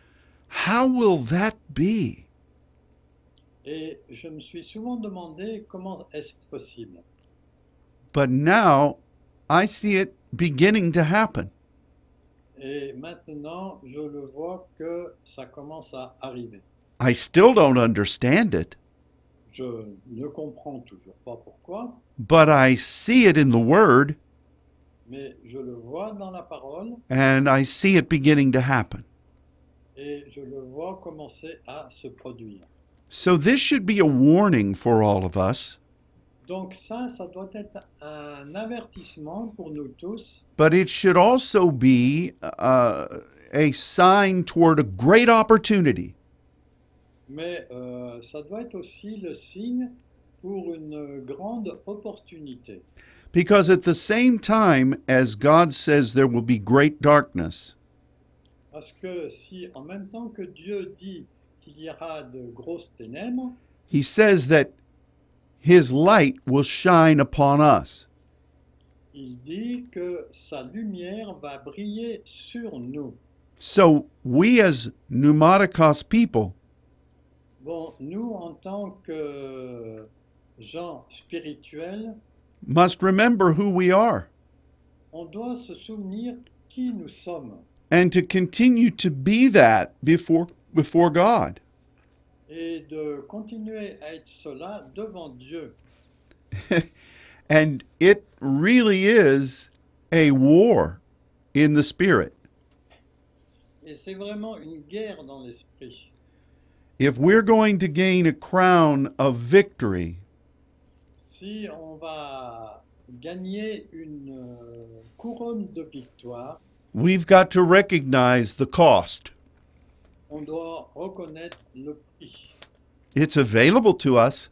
Speaker 1: how will that be?
Speaker 2: Et je me suis souvent demandé comment est-ce possible.
Speaker 1: But now I see it beginning to happen.
Speaker 2: Et maintenant, je le vois que ça commence à arriver.
Speaker 1: I still don't understand it,
Speaker 2: Je ne comprends toujours pas pourquoi,
Speaker 1: but I see it in the Word
Speaker 2: mais je le vois dans la parole
Speaker 1: and I see it beginning to happen.
Speaker 2: et je le vois commencer à se produire.
Speaker 1: So, this should be a warning for all of us,
Speaker 2: Donc ça, ça doit être un avertissement pour nous tous,
Speaker 1: but it should also be uh, a sign toward a great opportunity.
Speaker 2: mais euh, ça doit être aussi le signe pour une grande opportunité.
Speaker 1: Because at the same time as God says there will be great darkness,
Speaker 2: Parce que si en même temps que Dieu dit qu'il y aura de grosses ténèbres,
Speaker 1: He says that His light will shine upon us.
Speaker 2: il dit que sa lumière va briller sur nous.
Speaker 1: So, we as pneumaticos people
Speaker 2: Bon, nous, en tant que gens spirituels,
Speaker 1: must remember who we are.
Speaker 2: on doit se souvenir qui nous sommes
Speaker 1: and to continue to be that before before God.
Speaker 2: et de continuer à être cela devant Dieu.
Speaker 1: And it really is a war in the spirit.
Speaker 2: Et c'est vraiment une guerre dans l'esprit.
Speaker 1: If we're going to gain a crown of victory,
Speaker 2: Si on va gagner une euh, couronne de victoire,
Speaker 1: we've got to recognize the cost.
Speaker 2: on doit reconnaître le prix.
Speaker 1: It's available to us,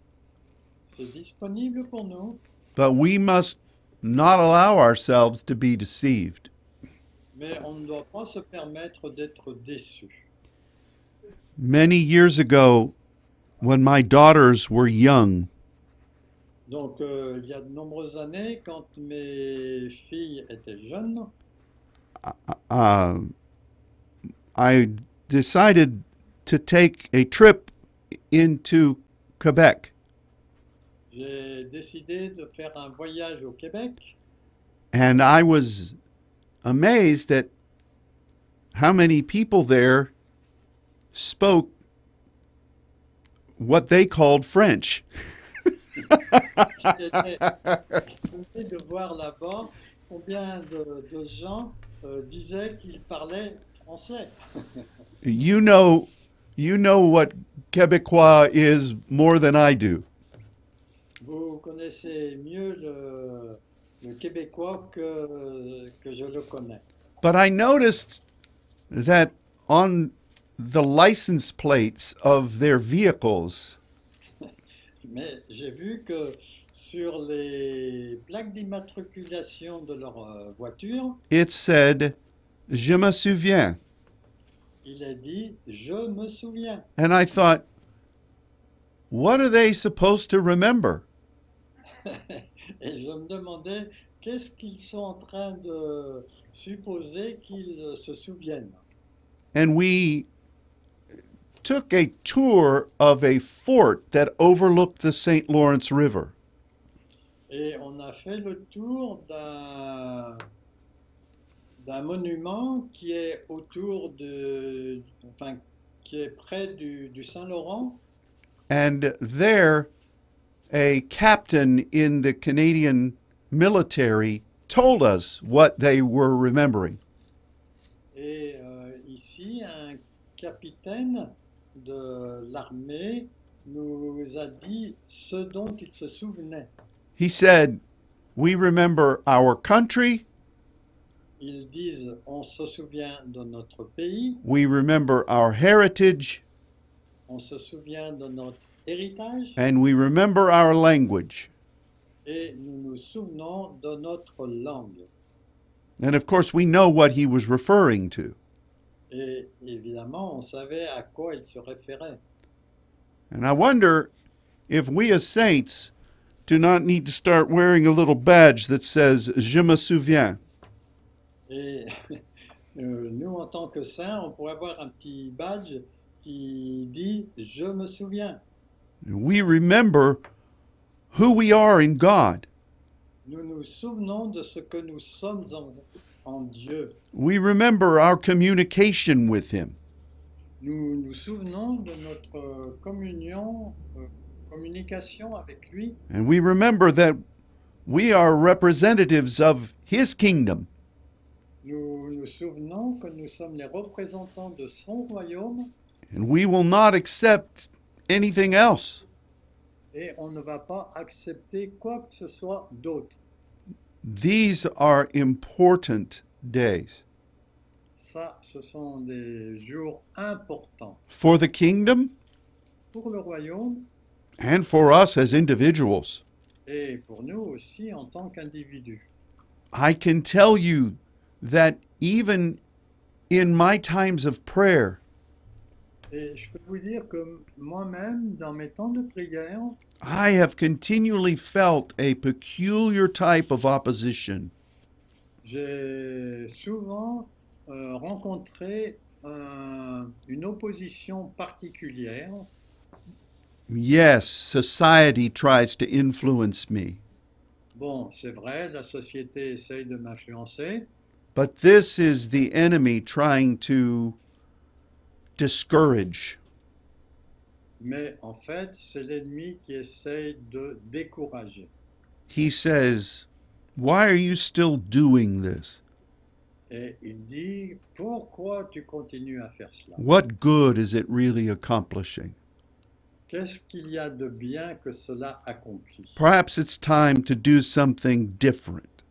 Speaker 2: C'est disponible pour nous,
Speaker 1: but we must not allow ourselves to be deceived.
Speaker 2: mais on ne doit pas se permettre d'être déçu.
Speaker 1: Many years ago, when my daughters were young,
Speaker 2: Donc, euh, il y a de nombreuses années, quand mes filles étaient jeunes,
Speaker 1: uh, I decided to take a trip into Quebec,
Speaker 2: j'ai décidé de faire un voyage au Québec
Speaker 1: and I was amazed at how many people there spoke what they called French.
Speaker 2: J'étais étonné de voir là-bas combien de, de gens euh, disaient qu'ils parlaient français.
Speaker 1: You know, you know what Quebecois is more than I do.
Speaker 2: Vous connaissez mieux le, le québécois que, que je le connais.
Speaker 1: But I noticed that on the license plates of their vehicles,
Speaker 2: Mais j'ai vu que sur les plaques d'immatriculation de leur euh, voiture,
Speaker 1: it said, Je me souviens.
Speaker 2: il est dit Je me souviens.
Speaker 1: And I thought, What are they supposed to remember?
Speaker 2: Et je me demandais qu'est-ce qu'ils sont en train de supposer qu'ils se souviennent.
Speaker 1: And we took a tour of a fort that overlooked the St. Lawrence River.
Speaker 2: Et on a fait le tour d'un d'un monument qui est autour de, enfin, qui est près du, du Saint-Laurent.
Speaker 1: And there, a captain in the Canadian military told us what they were remembering.
Speaker 2: Et euh, ici, un capitaine de l'armée nous a dit ce dont il se souvenait.
Speaker 1: He said, We remember our country,
Speaker 2: Ils disent on se souvient de notre pays,
Speaker 1: we remember our heritage,
Speaker 2: on se souvient de notre héritage
Speaker 1: and we remember our language.
Speaker 2: et nous nous souvenons de notre langue.
Speaker 1: And of course, we know what he was referring to.
Speaker 2: Et évidemment, on savait à quoi il se référait.
Speaker 1: And I wonder if we as saints do not need to start wearing a little badge that says, Je me souviens.
Speaker 2: Et euh, nous, en tant que saints, on pourrait avoir un petit badge qui dit Je me souviens.
Speaker 1: We remember who we are in God.
Speaker 2: Nous nous souvenons de ce que nous sommes en, en Dieu.
Speaker 1: We remember our communication with Him.
Speaker 2: Nous nous souvenons de notre communion, euh, communication avec lui.
Speaker 1: And we remember that we are representatives of His kingdom.
Speaker 2: Nous nous souvenons que nous sommes les représentants de son royaume
Speaker 1: And we will not accept anything else.
Speaker 2: et on ne va pas accepter quoi que ce soit d'autre.
Speaker 1: These are important days
Speaker 2: Ça, ce sont des jours importants
Speaker 1: for the kingdom
Speaker 2: pour le royaume
Speaker 1: and for us as individuals.
Speaker 2: et pour nous aussi en tant qu'individus.
Speaker 1: I can tell you that even in my times of prayer,
Speaker 2: Et je peux vous dire que moi-même, dans mes temps de prière,
Speaker 1: I have continually felt a peculiar type of opposition.
Speaker 2: j'ai souvent euh, rencontré un- une opposition particulière.
Speaker 1: Yes, society tries to influence me,
Speaker 2: Bon, c'est vrai, la société essaye de m'influencer,
Speaker 1: but this is the enemy trying to discourage.
Speaker 2: mais en fait, c'est l'ennemi qui essaye de décourager.
Speaker 1: He says, Why are you still doing this?
Speaker 2: Et il dit, pourquoi tu continues à faire cela
Speaker 1: What good is it really accomplishing?
Speaker 2: Qu'est-ce qu'il y a de bien que cela accomplit
Speaker 1: Perhaps it's time to do something different.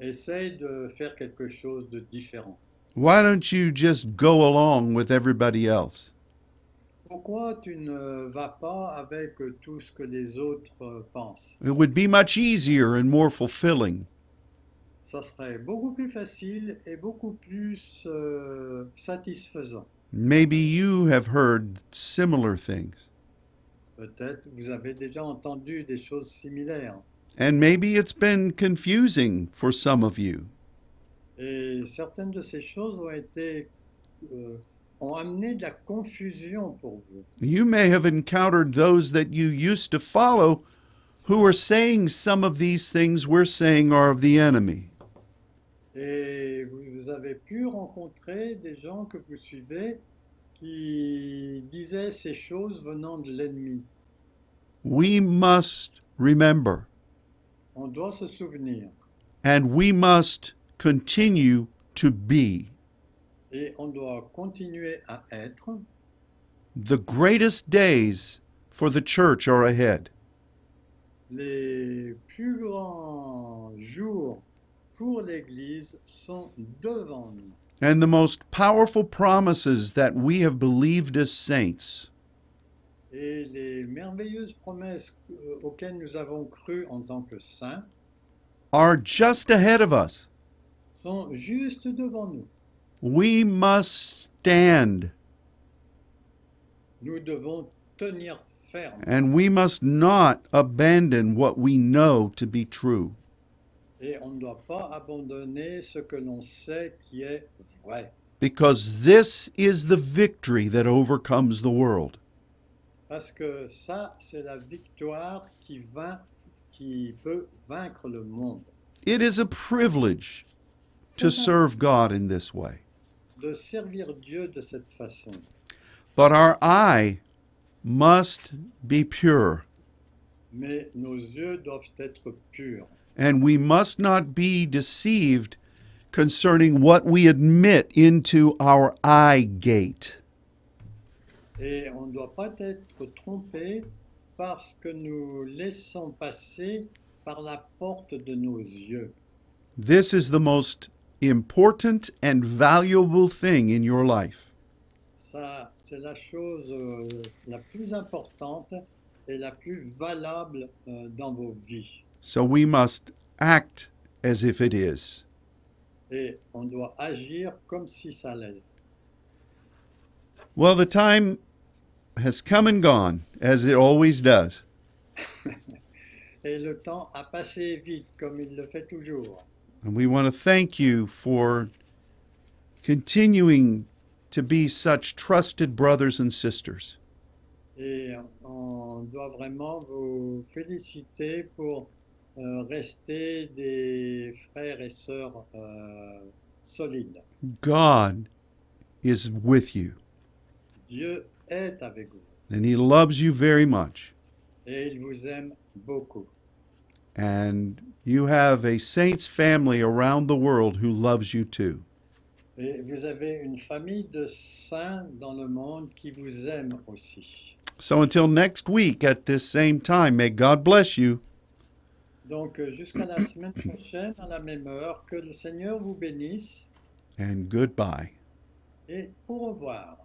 Speaker 2: Essaye de faire quelque chose de différent.
Speaker 1: Why don't you just go along with everybody else?
Speaker 2: Pourquoi tu ne vas pas avec tout ce que les autres euh, pensent
Speaker 1: It would be much easier and more fulfilling.
Speaker 2: Ça serait beaucoup plus facile et beaucoup plus euh, satisfaisant.
Speaker 1: Maybe you have heard similar things,
Speaker 2: Peut-être vous avez déjà entendu des choses similaires.
Speaker 1: and maybe it's been confusing for some of you.
Speaker 2: Et certaines de ces choses ont été, euh, ont amené de la confusion pour vous.
Speaker 1: You may have encountered those that you used to follow who are saying some of these things we're saying are of the enemy.
Speaker 2: Et vous vous avez pu rencontrer des gens que vous suivez qui disaient ces choses venant de l'ennemi.
Speaker 1: We must remember,
Speaker 2: On doit se souvenir
Speaker 1: and we must continue to be.
Speaker 2: et on doit continuer à être.
Speaker 1: The greatest days for the church are ahead.
Speaker 2: Les plus grands jours pour l'Église sont devant nous.
Speaker 1: and the most powerful promises that we have believed as saints
Speaker 2: Et les merveilleuses promesses euh, auxquelles nous avons cru en tant que saints
Speaker 1: are just ahead of us.
Speaker 2: sont juste devant nous.
Speaker 1: We must stand.
Speaker 2: Nous devons tenir ferme.
Speaker 1: And we must not abandon what we know to be true.
Speaker 2: Et on ne doit pas abandonner ce que l'on sait qui est vrai.
Speaker 1: Because this is the victory that overcomes the world.
Speaker 2: Parce que ça, c'est la victoire qui, vainc- qui peut vaincre le monde.
Speaker 1: It is a privilege to serve God in this way.
Speaker 2: De servir Dieu de cette façon.
Speaker 1: But our eye must be pure,
Speaker 2: Mais nos yeux doivent être purs.
Speaker 1: and we must not be deceived concerning what we admit into our eye gate.
Speaker 2: Et on ne doit pas être trompé parce que nous laissons passer par la porte de nos yeux.
Speaker 1: This is the most important and valuable thing in your life.
Speaker 2: Ça, c'est la chose euh, la plus importante et la plus valable euh, dans vos vies.
Speaker 1: So we must act as if it is.
Speaker 2: Et on doit agir comme si ça l'est.
Speaker 1: Well, the time has come and gone, as it always does.
Speaker 2: Et le temps a passé vite, comme il le fait toujours.
Speaker 1: And we want to thank you for continuing to be such trusted brothers and sisters.
Speaker 2: Et on doit vraiment vous féliciter pour euh, rester des frères et sœurs euh, solides.
Speaker 1: God is with you,
Speaker 2: Dieu est avec vous
Speaker 1: and He loves you very much.
Speaker 2: et il vous aime beaucoup.
Speaker 1: And you have a saints family around the world who loves you too.
Speaker 2: Et vous avez une famille de saints dans le monde qui vous aime aussi.
Speaker 1: So until next week at this same time, may God bless you.
Speaker 2: Donc euh, jusqu'à la semaine prochaine, à la même heure, que le Seigneur vous bénisse
Speaker 1: and goodbye.
Speaker 2: et au revoir.